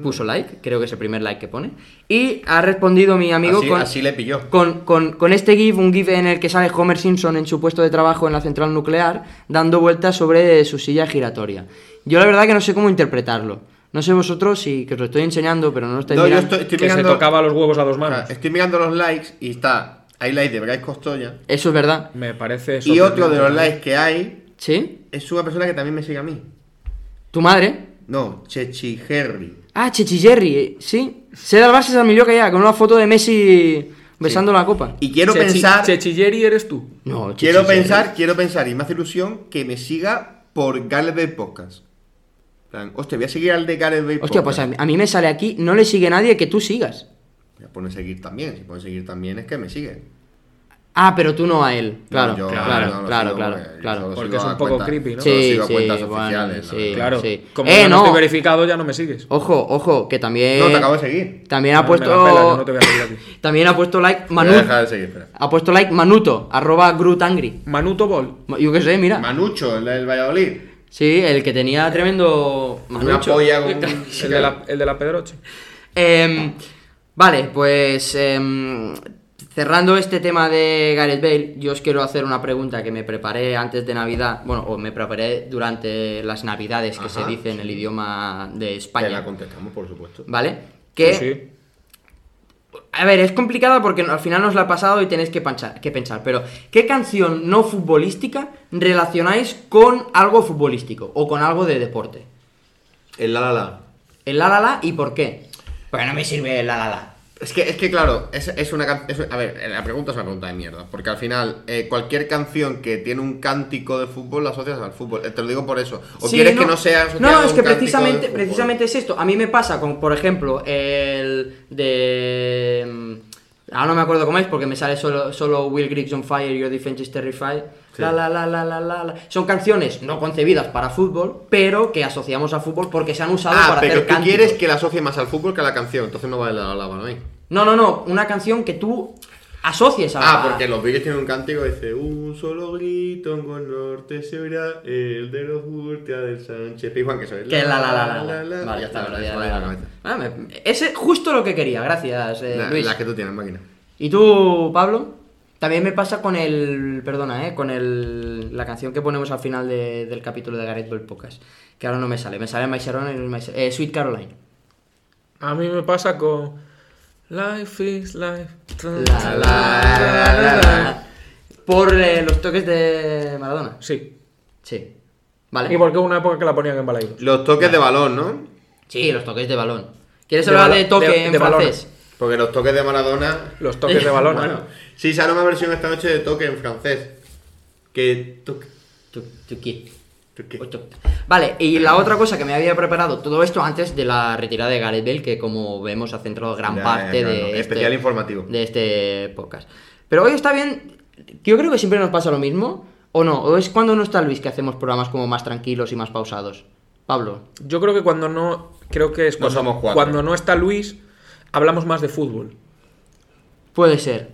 S2: Puso like, creo que es el primer like que pone. Y ha respondido mi amigo
S3: Así-
S2: con,
S3: así le pilló.
S2: Con, con- con este GIF, un GIF en el que sale Homer Simpson en su puesto de trabajo en la central nuclear, dando vueltas sobre su silla giratoria. Yo la verdad que no sé cómo interpretarlo. No sé vosotros si que os lo estoy enseñando, pero no lo estáis
S3: No, yo
S2: mirando.
S3: estoy, estoy
S4: que se
S3: mirando. Ah,
S4: tocaba los huevos a dos
S3: o sea,
S4: manos.
S3: estoy mirando los likes y está. Hay like de Bryce Costoya.
S2: Eso es verdad.
S4: Me parece
S3: Y otro de los
S4: sorprendente.
S3: likes que hay
S2: ¿Sí?
S3: es una persona que también me sigue a mí.
S2: ¿Tu madre?
S3: No, Chechi Herry.
S2: Ah, Chechigerri, eh, sí. Se da el Barça San Milioca ya, con una foto de Messi besando la copa.
S3: Y quiero
S4: Chechi-
S3: pensar.
S4: Chechilleri eres tú.
S2: No,
S3: Quiero
S2: Chechigerri.
S3: pensar, quiero pensar, y me hace ilusión que me siga por Gareth Bale Podcast. En plan, Hostia, voy a seguir al de Gareth Bale
S2: Hostia, pues
S3: Podcast.
S2: a mí, a mí me sale aquí, no le sigue nadie que tú sigas.
S3: Voy a poner seguir también. Si pones seguir también es que me sigue.
S2: Ah, pero tú no a él. Claro,
S3: No, yo-
S2: claro,
S3: no, no,
S2: claro,
S3: sigo,
S2: claro,
S3: eh, yo
S2: claro.
S3: solo
S4: Porque
S3: sigo
S4: es un
S3: a
S4: poco
S3: cuentas-
S4: creepy, ¿no?
S3: solo
S2: Sí,
S3: sigo a
S2: sí,
S3: cuentas
S2: bueno,
S3: oficiales, la
S2: sí.
S3: verdad.
S4: Claro,
S2: sí.
S4: como
S2: Eh,
S4: yo no,
S2: no.
S4: estoy verificado ya no me sigues.
S2: Ojo, ojo, que también.
S3: No, te acabo de seguir.
S2: También ha
S4: Me
S2: puesto.
S4: la pela, que no te voy a seguir a ti.
S2: también ha puesto like
S3: Voy a
S2: Manuto.
S3: dejar de seguir, espera.
S2: Ha puesto like Manuto, arroba Grutangri.
S4: Manuto Bol.
S2: Yo qué sé, mira.
S3: Manucho, el del Valladolid.
S2: sí, el que tenía tremendo.
S3: Una
S2: Manucho.
S3: polla con...
S4: El de, la, el de la Pedroche.
S2: Em, vale, pues em, cerrando este tema de Gareth Bale, yo os quiero hacer una pregunta que me preparé antes de Navidad, bueno, o me preparé durante las Navidades que se
S3: Ajá,
S2: dice en el idioma de
S3: Te la
S2: España,
S3: contestamos, por supuesto.
S2: ¿vale? Que,
S4: Sí, Pues sí.
S2: a ver, es complicada porque al final nos la ha pasado y tenéis que, panchar- que pensar, pero ¿qué canción no futbolística relacionáis con algo futbolístico o con algo de deporte?
S3: El la la la.
S2: ¿El la la la y por qué? Porque no me sirve el la la la.
S3: Es que, es que claro, es, es una can- es un- A ver, eh, la pregunta es una pregunta de mierda. Porque al final, eh, cualquier canción que tiene un cántico de fútbol la asocias al fútbol. Eh, Te lo digo por eso. O
S2: Sí,
S3: quieres que no sea. asociado
S2: No,
S3: a
S2: es
S3: un
S2: que
S3: cántico de
S2: precisamente,
S3: fútbol.
S2: precisamente es esto. A mí me pasa con, por ejemplo, el de. mm, Ahora no me acuerdo cómo es porque me sale solo, solo Will Griggs on Fire, Your Defense is Terrified.
S3: Sí.
S2: La, la, la, la, la, la, la. Son canciones no concebidas para fútbol, pero que asociamos a fútbol porque se han usado
S3: Ah,
S2: para
S3: pero
S2: hacer
S3: tú
S2: cánticos.
S3: quieres que la asocie más al fútbol que a la canción. Entonces no vale la la la para mí.
S2: No, no, no. Una canción que tú asocies a.
S3: Ah, porque los Beatles tienen un cántico que dice Un solo grito en el norte se oirá El de los Hurtia del Sánchez Pijuan que soy
S2: Que la, la, la, la, la. Vale,
S3: Ya está, la,
S2: la,
S3: la,
S2: la, la,
S3: la,
S2: la.
S3: cabeza.
S2: Ah, me- Ese justo lo que quería, gracias, eh,
S3: La-
S2: Luis.
S3: la que tú tienes, máquina
S2: ¿Y tú, Pablo? También me pasa con el. Perdona, ¿eh? Con el, la canción que ponemos al final de- del capítulo de Gareth Bale Podcast. Que ahora no me sale. Me sale My Sharon y My- eh, Sweet Caroline.
S4: A mí me pasa con. Life is life.
S2: La, la, la, la, la. Por eh, los toques de Maradona.
S4: Sí.
S2: Sí. Vale.
S4: Y porque hubo una época que la ponían en Balaidos.
S3: Los toques de balón, ¿no?
S2: Sí, los toques de balón. ¿Quieres
S4: De
S2: hablar
S4: balón-
S2: de toque
S4: de-
S2: en
S4: de balón.
S2: francés?
S3: Porque los toques de Maradona
S4: Los toques de balón.
S3: Bueno, sí, sale una versión esta noche de toque en francés Que toque
S2: Tu- tuqui.
S3: toque.
S2: Ocho. Vale, y la otra cosa que me había preparado todo esto antes de la retirada de Gareth Bale, que como vemos ha centrado gran
S3: Ya,
S2: parte
S3: ya, claro,
S2: de, este,
S3: especial informativo.
S2: de este podcast. Pero hoy está bien, yo creo que siempre nos pasa lo mismo, ¿o no? ¿O es cuando no está Luis que hacemos programas como más tranquilos y más pausados? Pablo.
S4: Yo creo que cuando no. Creo que es
S3: No
S4: cuando,
S3: somos cuatro.
S4: cuando no está Luis, hablamos más de fútbol.
S2: Puede ser.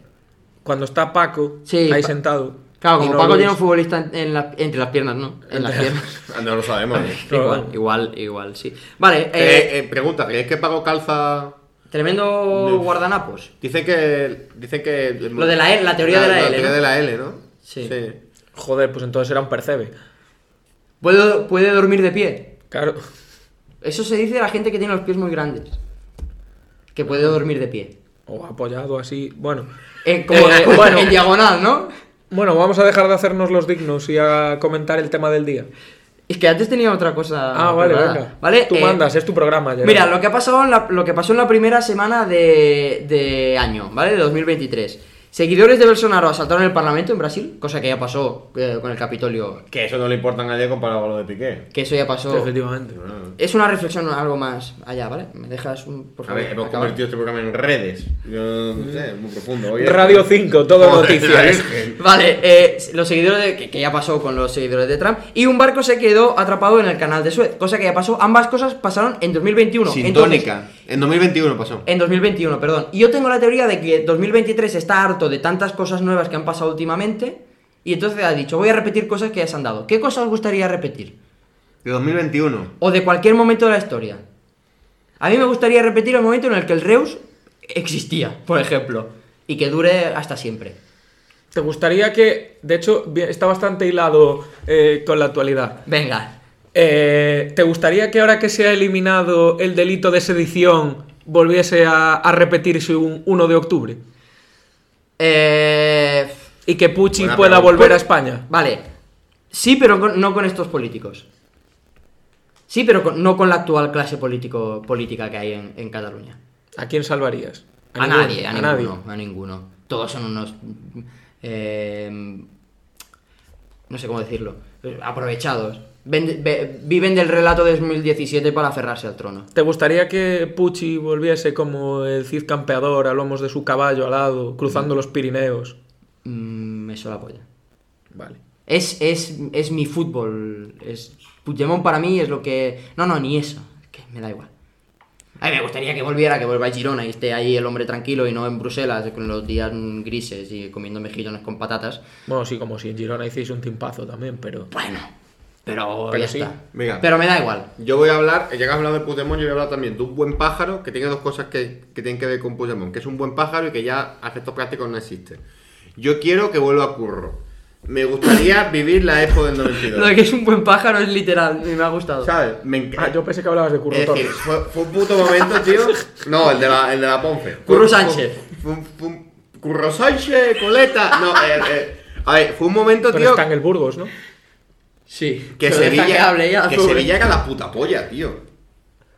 S4: Cuando está Paco
S2: Sí,
S4: ahí
S2: Pa-
S4: sentado.
S2: Claro,
S4: y
S2: como
S4: no
S2: Paco
S4: Luis,
S2: tiene un futbolista en- en la- entre las piernas, ¿no? En las piernas.
S3: Ah, No lo sabemos. ¿eh?
S4: Pero
S2: igual,
S4: bueno.
S2: igual, igual, sí. Vale, eh,
S3: Eh, eh, pregunta, ¿creéis que Paco calza?
S2: tremendo
S3: de-
S2: guardanapos.
S3: Dicen que. Dicen que.
S2: Lo de la L, la teoría de la L,
S3: teoría
S2: ¿no?
S3: de la L, ¿no?
S2: Sí.
S4: Joder, pues entonces era un percebe.
S2: ¿Puedo- ¿Puede dormir de pie?
S4: Claro.
S2: Eso se dice de la gente que tiene los pies muy grandes. Que puede dormir de pie.
S4: O apoyado así. Bueno.
S2: En, como,
S4: Eh, bueno.
S2: en diagonal, ¿no?
S4: Bueno, vamos a dejar de hacernos los dignos y a comentar el tema del día.
S2: Es que antes tenía otra cosa.
S4: Ah, vale,
S2: preparada.
S4: venga.
S2: ¿Vale?
S4: Tú
S2: eh,
S4: mandas, es tu programa. Gerard.
S2: Mira, lo que, ha pasado en la, lo que pasó en la primera semana de, de año, ¿vale? De 2023. Seguidores de Bolsonaro asaltaron el Parlamento en Brasil, cosa que ya pasó eh, con el Capitolio,
S3: Que eso no le importa a nadie comparado con lo de Piqué.
S2: que eso ya pasó.
S4: Efectivamente.
S2: Es una reflexión algo más allá, ¿vale? Me dejas un... Por
S3: A
S2: favor,
S3: ver, hemos
S2: acabar.
S3: convertido este programa en redes. Yo no sé, es muy profundo. Hoy es-
S4: Radio 5, todo
S3: Joder,
S4: noticias.
S3: es-
S2: Vale, eh, los seguidores de, que, que ya pasó con los seguidores de Trump y un barco se quedó atrapado en el canal de Suez, cosa que ya pasó. Ambas cosas pasaron en 2021. Entonces,
S3: Sintónica. En 2021 pasó.
S2: En 2021, perdón. Y yo tengo la teoría de que 2023 está harto de tantas cosas nuevas que han pasado últimamente. Y entonces ha dicho, voy a repetir cosas que ya se han dado. ¿Qué cosas os gustaría repetir?
S3: De 2021.
S2: O de cualquier momento de la historia. A mí me gustaría repetir el momento en el que el Reus existía, por ejemplo. Y que dure hasta siempre.
S4: ¿Te gustaría que.? De hecho, bien- está bastante hilado eh, con la actualidad.
S2: Venga.
S4: Eh, ¿Te gustaría que ahora que se ha eliminado el delito de sedición volviese a, a repetirse un 1 de octubre?
S2: Eh,
S4: Y que Pucci
S3: Buena
S4: pueda
S3: pregunta.
S4: volver a España.
S2: vale. Sí, pero con- no con estos políticos. Sí, pero con- no con la actual clase político, política que hay en- en Cataluña.
S4: ¿A quién salvarías?
S2: A,
S4: ninguno,
S2: nadie, a, ninguno, a ninguno. Todos son unos. eh, no sé cómo decirlo. eh, Aprovechados. Vende- ve- viven del relato de 2017 para aferrarse al trono.
S4: ¿Te gustaría que Pucci volviese como el Cid campeador a lomos de su caballo alado, cruzando los Pirineos?
S2: Mm, eso la polla.
S4: Vale.
S2: Es, es, es mi fútbol. Es, Puigdemont para mí es lo que. No, no, ni eso. es que me da igual. A mí me gustaría que volviera, que vuelva a Girona y esté ahí el hombre tranquilo y no en Bruselas con los días mm, grises y comiendo mejillones con patatas.
S4: Bueno, sí, como si en Girona hiciese un timpazo también, pero.
S2: Bueno, pero,
S4: Pero
S2: ya
S4: sí,
S2: está.
S3: venga.
S2: Pero me da igual.
S3: Yo voy a hablar, ya que has hablado de Puigdemont, yo voy a hablar también de un buen pájaro que tiene dos cosas que, que tienen que ver con Puigdemont, que es un buen pájaro y que ya a efectos prácticos no existe. Yo quiero que vuelva a Curro. Me gustaría vivir la Expo del
S2: Lo de
S3: 92.
S2: que es un buen pájaro es literal, y me ha gustado.
S3: ¿Sabes? Me enc-
S4: Ah, yo pensé que hablabas de Curro
S3: Es decir,
S4: Torres.
S3: fue, fue un puto momento, tío. No, el de la, el de la Ponfe.
S2: Curro
S3: Fue-
S2: Sánchez.
S3: fue un- fue un- Curro Sánchez, coleta. No, eh, eh, a ver, fue un momento,
S4: Pero
S3: tío.
S4: está en el Burgos, ¿no?
S2: Sí.
S3: Que
S2: Pero deja
S3: Sevilla. Que,
S2: hable ya, pobre.
S3: Sevilla era la puta polla, tío.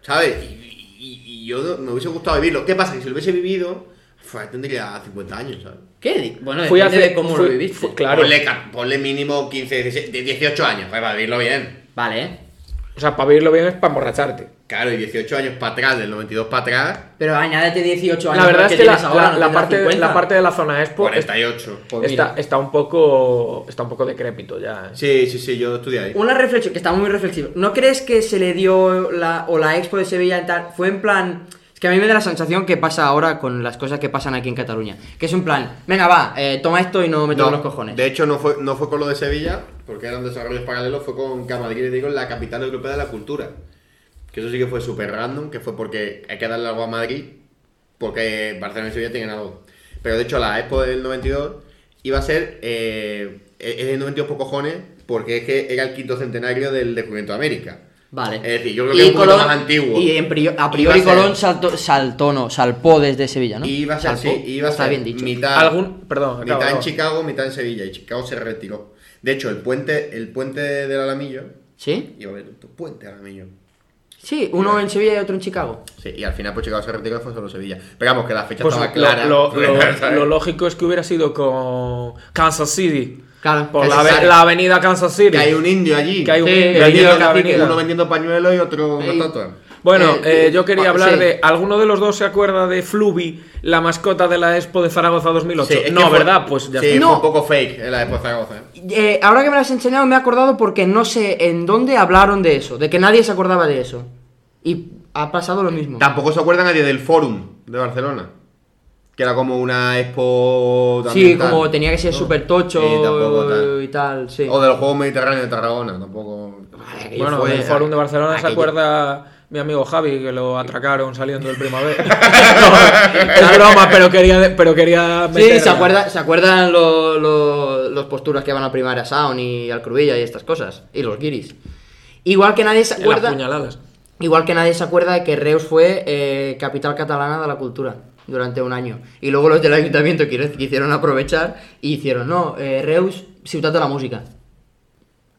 S3: ¿Sabes? Y, y- y yo no- me hubiese gustado vivirlo. ¿Qué pasa? Que si lo hubiese vivido, fue, tendría 50 años, ¿sabes?
S2: ¿Qué? di- Bueno,
S4: Fui
S2: depende
S4: hace-
S2: de cómo
S4: fui-
S2: lo viviste.
S4: fui- Claro.
S3: Ponle, ca- ponle mínimo 15, 16, de 18 años, pues, para vivirlo bien.
S2: Vale, ¿eh?
S4: O sea, para vivirlo bien es para emborracharte.
S3: Claro, y 18 años para atrás, del 92 para atrás,
S2: Pero añádete 18 años.
S4: La verdad
S2: más
S4: es que la,
S2: tienes ahora,
S4: la-
S2: no
S4: la
S2: tendrás
S4: parte,
S2: 50.
S4: la parte de la zona Expo es-
S3: 48.
S2: Pues
S4: está,
S2: mira.
S4: está un poco está un poco decrépito ya. ¿eh?
S3: Sí, sí, sí, yo estudié ahí.
S2: Una reflexión, que está muy reflexiva. ¿No crees que se le dio la, o la expo de Sevilla y tal? Fue en plan. Es que a mí me da la sensación que pasa ahora con las cosas que pasan aquí en Cataluña. Que es un plan, venga, va, eh, toma esto y no me toques
S3: No,
S2: los cojones.
S3: De hecho, no fue, no fue con lo de Sevilla, porque eran desarrollos paralelos, fue con Camadrid, digo, la capital europea de la cultura. Que eso sí que fue súper random, que fue porque hay que darle algo a Madrid, porque Barcelona y Sevilla tienen algo. Pero de hecho, la Expo del 92 iba a ser. Eh, es del 92 por cojones, porque es que era el quinto centenario del descubrimiento de América.
S2: Vale.
S3: Es decir, yo creo que es un poquito más antiguo.
S2: Y en prio- a
S3: Iba
S2: priori
S3: a ser-
S2: Colón saltó, saltó, no, salpó desde Sevilla, ¿no?
S3: Iba a ser,
S2: Salpó,
S3: sí, iba a
S2: está
S3: ser
S2: bien dicho.
S3: mitad,
S4: Algún, perdón, acaba,
S3: mitad en
S4: acaba.
S3: Chicago, mitad en Sevilla. Y Chicago se retiró. De hecho, el puente, el puente del Alamillo,
S2: ¿Sí?
S3: iba a haber un puente Alamillo.
S2: Sí, uno en Sevilla y otro en Chicago.
S3: Sí, y al final pues Chicago se retiró y fue solo Sevilla. Pero vamos, que la fecha
S4: Pues
S3: estaba clara.
S4: lo, lo- lo-
S3: ¿sabes?
S4: lo lógico es que hubiera sido con Kansas City.
S2: Claro.
S4: Por la,
S3: Kansas
S4: ave-
S3: City.
S4: la avenida Kansas City.
S3: Que hay un indio allí.
S4: Que hay un
S2: Sí,
S4: indio
S2: vendido
S4: allí en
S3: vendiendo
S4: la
S3: cacique,
S4: avenida.
S3: uno vendiendo pañuelos y otro
S2: Ey.
S3: una estatua.
S4: Bueno,
S2: Eh,
S4: eh, yo quería
S2: ah,
S4: hablar
S2: sí.
S4: de. ¿Alguno de los dos se acuerda de Fluvi, la mascota de la Expo de Zaragoza 2008?
S3: Sí, es que
S4: no,
S3: fue-
S4: ¿verdad? Pues ya
S3: sí,
S4: está.
S3: fue
S2: No.
S3: un poco fake en la de Zaragoza. ¿eh?
S2: Eh, ahora que me lo has enseñado me he acordado porque no sé en dónde hablaron de eso, de que nadie se acordaba de eso. Y ha pasado lo mismo.
S3: Tampoco se acuerda nadie del Forum de Barcelona. Que era como una expo.
S2: Sí,
S3: también tal.
S2: como tenía que ser
S3: No.
S2: súper tocho
S3: Sí, tampoco tal.
S2: y tal, sí.
S3: O del juego mediterráneo de Tarragona, tampoco.
S2: Aquello
S4: Bueno,
S2: fue-
S4: del Fórum de Barcelona se
S2: aquello-
S4: acuerda mi amigo Javi, que lo atracaron saliendo del primavera. No, es broma, pero quería, de- pero quería
S2: Sí,
S4: meterla.
S2: se, acuerda, se acuerdan lo- lo- los posturas que van a primar a Sound y al Crubilla y estas cosas. Y los guiris. Igual que nadie se
S4: En Las
S2: acuerda.
S4: puñaladas.
S2: Igual que nadie se acuerda de que Reus fue eh, capital catalana de la cultura durante un año. Y luego los del ayuntamiento quiere- quisieron aprovechar y hicieron, no, eh, Reus, ciudad de la música.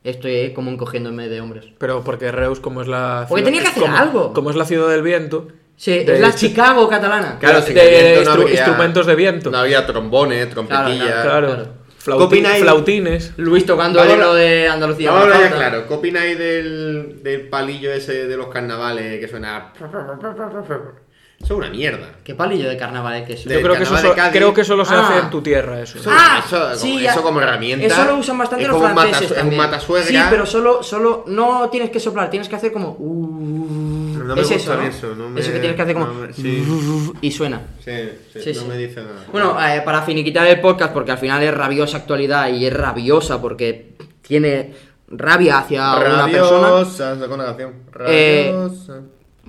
S2: Estoy como encogiéndome de hombres.
S4: Pero porque Reus, como es la.
S2: Porque tenía que hacer
S4: como-
S2: algo.
S4: Como es la ciudad del viento.
S2: Sí, es
S4: de-
S2: la Chicago catalana.
S3: Claro,
S4: De-
S3: sin
S4: de
S3: el viento no
S4: instru-
S3: había-
S4: instrumentos de viento.
S3: No había trombones, trompetillas.
S2: claro,
S4: Claro.
S2: claro.
S4: Flauti-
S3: ¿Qué opináis?
S4: Flautines.
S2: Luis tocando el
S3: Vamos a-
S2: himno de Andalucía. por
S3: Ahora ya
S2: la flauta.
S3: claro, ¿qué opináis del, del palillo ese de los carnavales que suena? Eso es una mierda.
S2: Qué palillo de carnaval que es.
S3: De-
S4: Yo creo que, eso
S3: carnaval
S4: so-
S3: de Cádiz.
S4: creo que solo se hace
S2: Ah.
S4: en tu tierra, eso.
S3: Eso,
S2: Ah,
S3: eso,
S2: sí,
S3: como,
S2: ya.
S3: eso como herramienta.
S2: Eso lo usan bastante
S3: es
S2: los
S3: como un
S2: franceses
S3: matas-
S2: también.
S3: Es un matasuegra.
S2: Sí, pero solo, solo no tienes que soplar, tienes que hacer como. uh,
S3: No me
S2: es
S3: gusta
S2: eso, ¿no?
S3: eso, no me-
S2: Eso que tienes que hacer como.
S3: no me- sí.
S2: Y suena.
S3: Sí, sí,
S2: Sí,
S3: no
S2: sí.
S3: me dice nada.
S2: Bueno, eh, para finiquitar el podcast, porque al final es rabiosa actualidad y es rabiosa porque tiene rabia hacia una persona. Eh,
S3: rabiosa, sacó una canción. Rabiosa.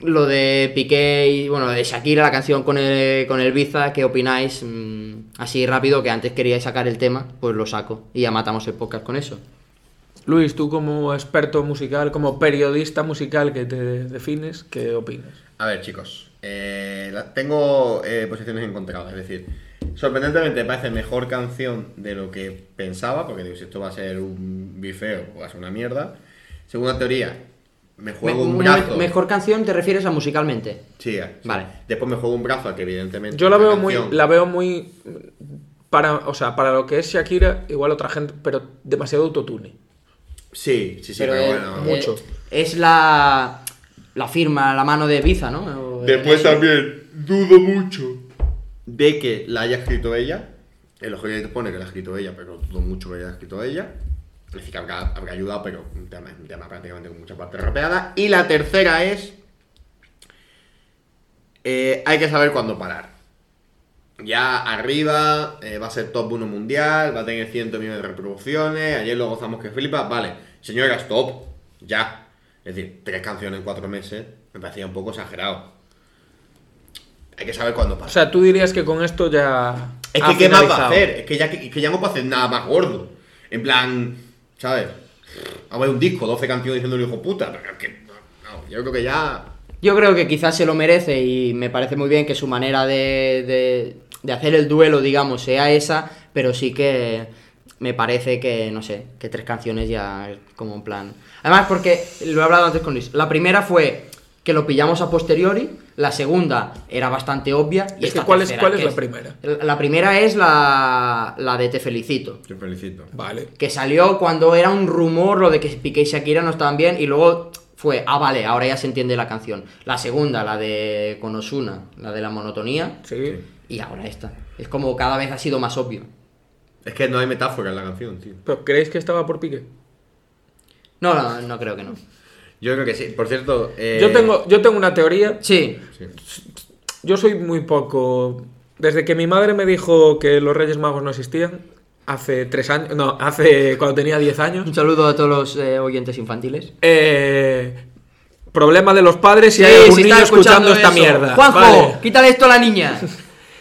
S2: Lo de Piqué y bueno, lo de Shakira, la canción con el, con el Biza, ¿qué opináis? Mm, así rápido, que antes queríais sacar el tema, pues lo saco y ya matamos el podcast con eso.
S4: Luis, tú como experto musical, como periodista musical que te defines, ¿qué opinas?
S3: A ver, chicos, eh, la- tengo eh, posiciones encontradas. Es decir, sorprendentemente parece mejor canción de lo que pensaba, porque digo, si esto va a ser un bifeo, va a ser una mierda. Segunda teoría, me juego
S2: Me-
S3: un
S2: una me-
S3: brazo.
S2: mejor canción te refieres a musicalmente.
S3: Sí, sí.
S2: Vale.
S3: Después me juego un brazo, que evidentemente.
S4: Yo la
S3: es una
S4: veo muy,
S3: canción.
S4: la veo muy para, o sea, para lo que es Shakira, igual otra gente, pero demasiado autotune.
S3: Sí, sí, sí,
S2: Pero
S3: pero,
S2: es-
S3: bueno.
S2: eh,
S4: mucho.
S2: Es la, la firma, la mano de Biza, ¿no? O de
S3: Después
S2: Nelly.
S3: también dudo mucho de que la haya escrito ella. El ojo que te pone que la ha escrito ella, pero dudo mucho que la haya escrito ella. Es decir, que habrá, habrá ayudado, pero un tema, un tema prácticamente con mucha parte rapeada. Y la tercera es. eh, hay que saber cuándo parar. Ya arriba, eh, va a ser top 1 mundial, va a tener 100 millones de reproducciones. Ayer lo gozamos que flipa. Vale, señora, stop. Ya. Es decir, tres canciones en cuatro meses me parecía un poco exagerado. Hay que saber cuándo
S4: O
S3: pasa.
S4: sea, tú dirías que con esto ya
S3: Es
S4: ha
S3: que, ¿qué más va a
S4: finalizado.
S3: hacer? Es que, ya, es que ya no puede hacer nada más gordo. En plan, ¿sabes? Vamos a ver un disco, 12 canciones diciéndole hijo puta. Pero es que, no, no, yo creo que ya.
S2: Yo creo que quizás se lo merece y me parece muy bien que su manera de, de- de hacer el duelo, digamos, sea esa, pero sí que me parece que, no sé, que tres canciones ya es como en plan... Además, porque lo he hablado antes con Luis, la primera fue que lo pillamos a posteriori, la segunda era bastante obvia. Y
S4: que
S2: esta
S4: ¿cuál es-
S2: tercera,
S4: cuál es
S2: que
S4: la primera?
S2: La, la primera es la, la de Te felicito
S3: Te felicito.
S4: Vale.
S2: que salió cuando era un rumor lo de que Piqué y Shakira no estaban bien y luego fue, ah, vale, ahora ya se entiende la canción. La segunda, la de con Ozuna, la de la monotonía,
S4: Sí.
S2: y ahora esta. Es como cada vez ha sido más obvio.
S3: Es que no hay metáfora en la canción, tío.
S4: ¿Pero creéis que estaba por pique?
S2: No, no, no creo que no.
S3: Yo creo que sí. Por cierto, eh,
S4: Yo tengo yo tengo una teoría.
S2: Sí,
S4: Yo soy muy poco desde que mi madre me dijo que los Reyes Magos no existían hace tres años, no, hace cuando tenía 10 años.
S2: un saludo a todos los eh, oyentes infantiles.
S4: Eh, problema de los padres si
S2: Sí,
S4: hay algún
S2: si
S4: niño
S2: estás
S4: escuchando, esta
S2: eso.
S4: mierda.
S2: Juanjo,
S4: Vale.
S2: quítale esto a la niña.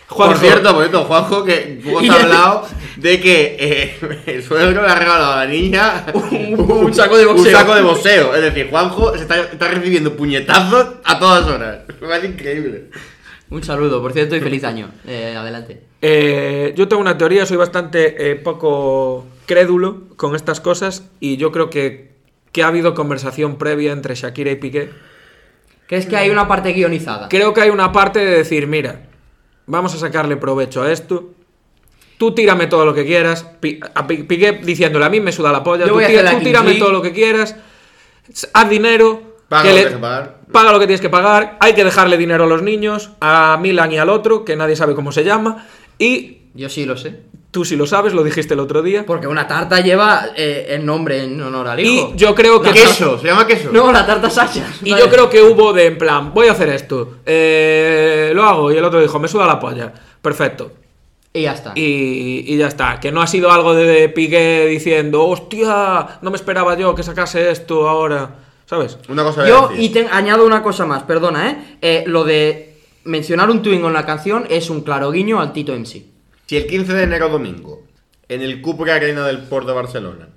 S4: Juanjo,
S3: Por cierto, por cierto, Juanjo, que tú
S2: Y
S3: has
S2: el-
S3: hablado de que eh, el suegro le ha regalado a la niña
S2: Un- un saco de boxeo.
S3: Un saco de boxeo. Es decir, Juanjo se está, está recibiendo puñetazos a todas horas. Me parece increíble.
S2: un saludo, por cierto, y feliz año. Eh, adelante.
S4: eh, yo tengo una teoría, soy bastante eh, poco crédulo con estas cosas y yo creo que, que ha habido conversación previa entre Shakira y Piqué.
S2: ¿Crees que hay una parte guionizada?
S4: Creo que hay una parte de decir, mira, vamos a sacarle provecho a esto. Tú tírame todo lo que quieras. Pi- a Pi- Piqué diciéndole, a mí me suda la polla.
S2: Yo
S4: Tú,
S2: voy a
S4: tira-
S2: hacer la
S4: tú
S2: Kings
S4: tírame
S2: League".
S4: todo lo que quieras. s- Haz dinero.
S3: Paga
S4: que
S3: lo
S4: le-
S3: que tienes que pagar.
S4: paga lo que tienes que pagar, hay que dejarle dinero a los niños, a Milan y al otro, que nadie sabe cómo se llama, y
S2: Yo sí lo sé.
S4: tú si lo sabes, lo dijiste el otro día.
S2: Porque una tarta lleva eh, el nombre en honor al hijo.
S4: Y yo creo que...
S3: Queso, se llama queso.
S2: No, la tarta Sasha.
S4: Y yo creo que hubo de en plan, voy a hacer esto, eh, lo hago, y el otro dijo, me suda la polla. Perfecto.
S2: Y ya está.
S4: Y, y ya está, que no ha sido algo de Piqué diciendo, hostia, no me esperaba yo que sacase esto ahora, ¿sabes?
S3: Una cosa voy a
S2: Yo
S3: decir.
S2: y te, añado una cosa más, perdona, ¿eh? Eh, Lo de mencionar un Twingo en la canción es un claro guiño al Tito MC.
S3: Si el 15 de enero domingo, en el Cupra Arena del Porto de Barcelona,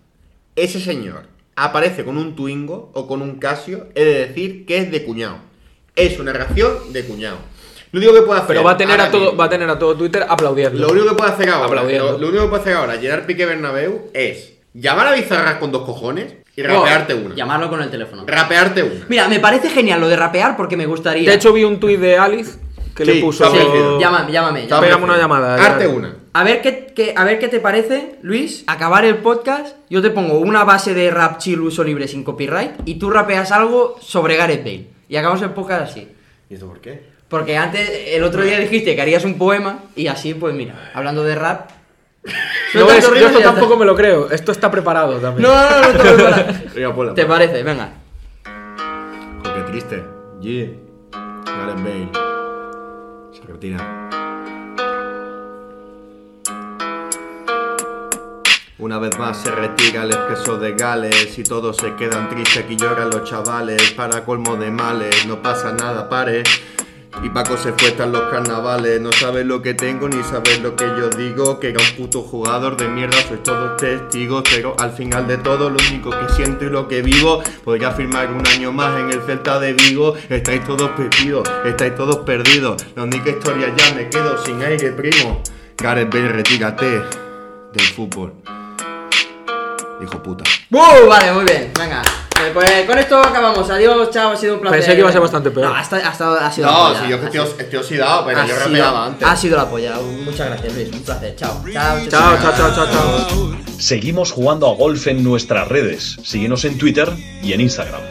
S3: ese señor aparece con un Twingo o con un Casio, he de decir que es de cuñado. Es una reacción de cuñado. Lo único que puede hacer.
S4: Pero va a tener
S3: ahora
S4: a todo,
S3: mismo-
S4: va a tener a todo Twitter aplaudiendo.
S3: Lo único que puede hacer ahora,
S4: Aplaudiendo.
S3: lo, lo único que puede hacer ahora, Gerard Piqué Bernabéu, es llamar a Bizarra con dos cojones y
S2: No,
S3: rapearte una.
S2: Oh, Llamarlo con el teléfono.
S3: Rapearte una.
S2: Mira, me parece genial lo de rapear porque me gustaría.
S4: De hecho, vi un tuit de Alice que
S3: Sí,
S4: le puso.
S3: está parecido.
S2: llámame, llámame.
S3: Está
S2: llámame.
S4: Pégame una llamada,
S3: Arte
S4: Gerard.
S3: una.
S2: A ver, qué, qué- a ver qué te parece, Luis, acabar el podcast. Yo te pongo una base de rap chill uso libre sin copyright y tú rapeas algo sobre Gareth Bale. Y acabamos el podcast así.
S3: ¿Y esto por qué?
S2: Porque antes, el otro día dijiste que harías un poema y así, pues mira, hablando de rap.
S4: No
S2: tanto
S4: ves,
S2: ritmo
S4: yo
S2: y
S4: esto
S2: ya está.
S4: tampoco me lo creo. Esto está preparado también.
S2: No, no, no, no, te lo preparas.
S3: Venga, ponla,
S2: ¿Te
S3: ponla.
S2: parece? Venga.
S3: Jo, pues, Qué triste. Yeah. Gareth Bale. Se retira. Una vez más se retira el exceso de Gales y todos se quedan tristes aquí lloran los chavales para colmo de males, no pasa nada, pare. Y Paco se fue tras los carnavales, no sabes lo que tengo ni sabes lo que yo digo, que era un puto jugador de mierda, sois todos testigos, pero al final de todo lo único que siento y lo que vivo, podría firmar un año más en el Celta de Vigo, estáis todos perdidos, estáis todos perdidos, la única historia ya me quedo sin aire, primo. Gareth Bale, retírate del fútbol. Hijo puta.
S2: ¡Buh! Vale, muy bien. Venga. Eh, Pues con esto acabamos. Adiós, chao, ha sido un placer.
S4: Pensé que iba a ser bastante peor.
S2: No, ha, esta- ha estado- ha sido la
S3: No,
S2: polla.
S3: si yo que
S2: Ha
S3: estoy,
S2: sido-
S3: os- estoy oxidado, pero
S2: ha
S3: yo
S2: sido-
S3: rapeaba antes.
S2: Ha sido la polla. Muchas gracias, Luis. Un placer. Chao. Chao, chao.
S4: Chao, chao, chao, chao, chao.
S1: Seguimos jugando a golf en nuestras redes. Síguenos en Twitter y en Instagram.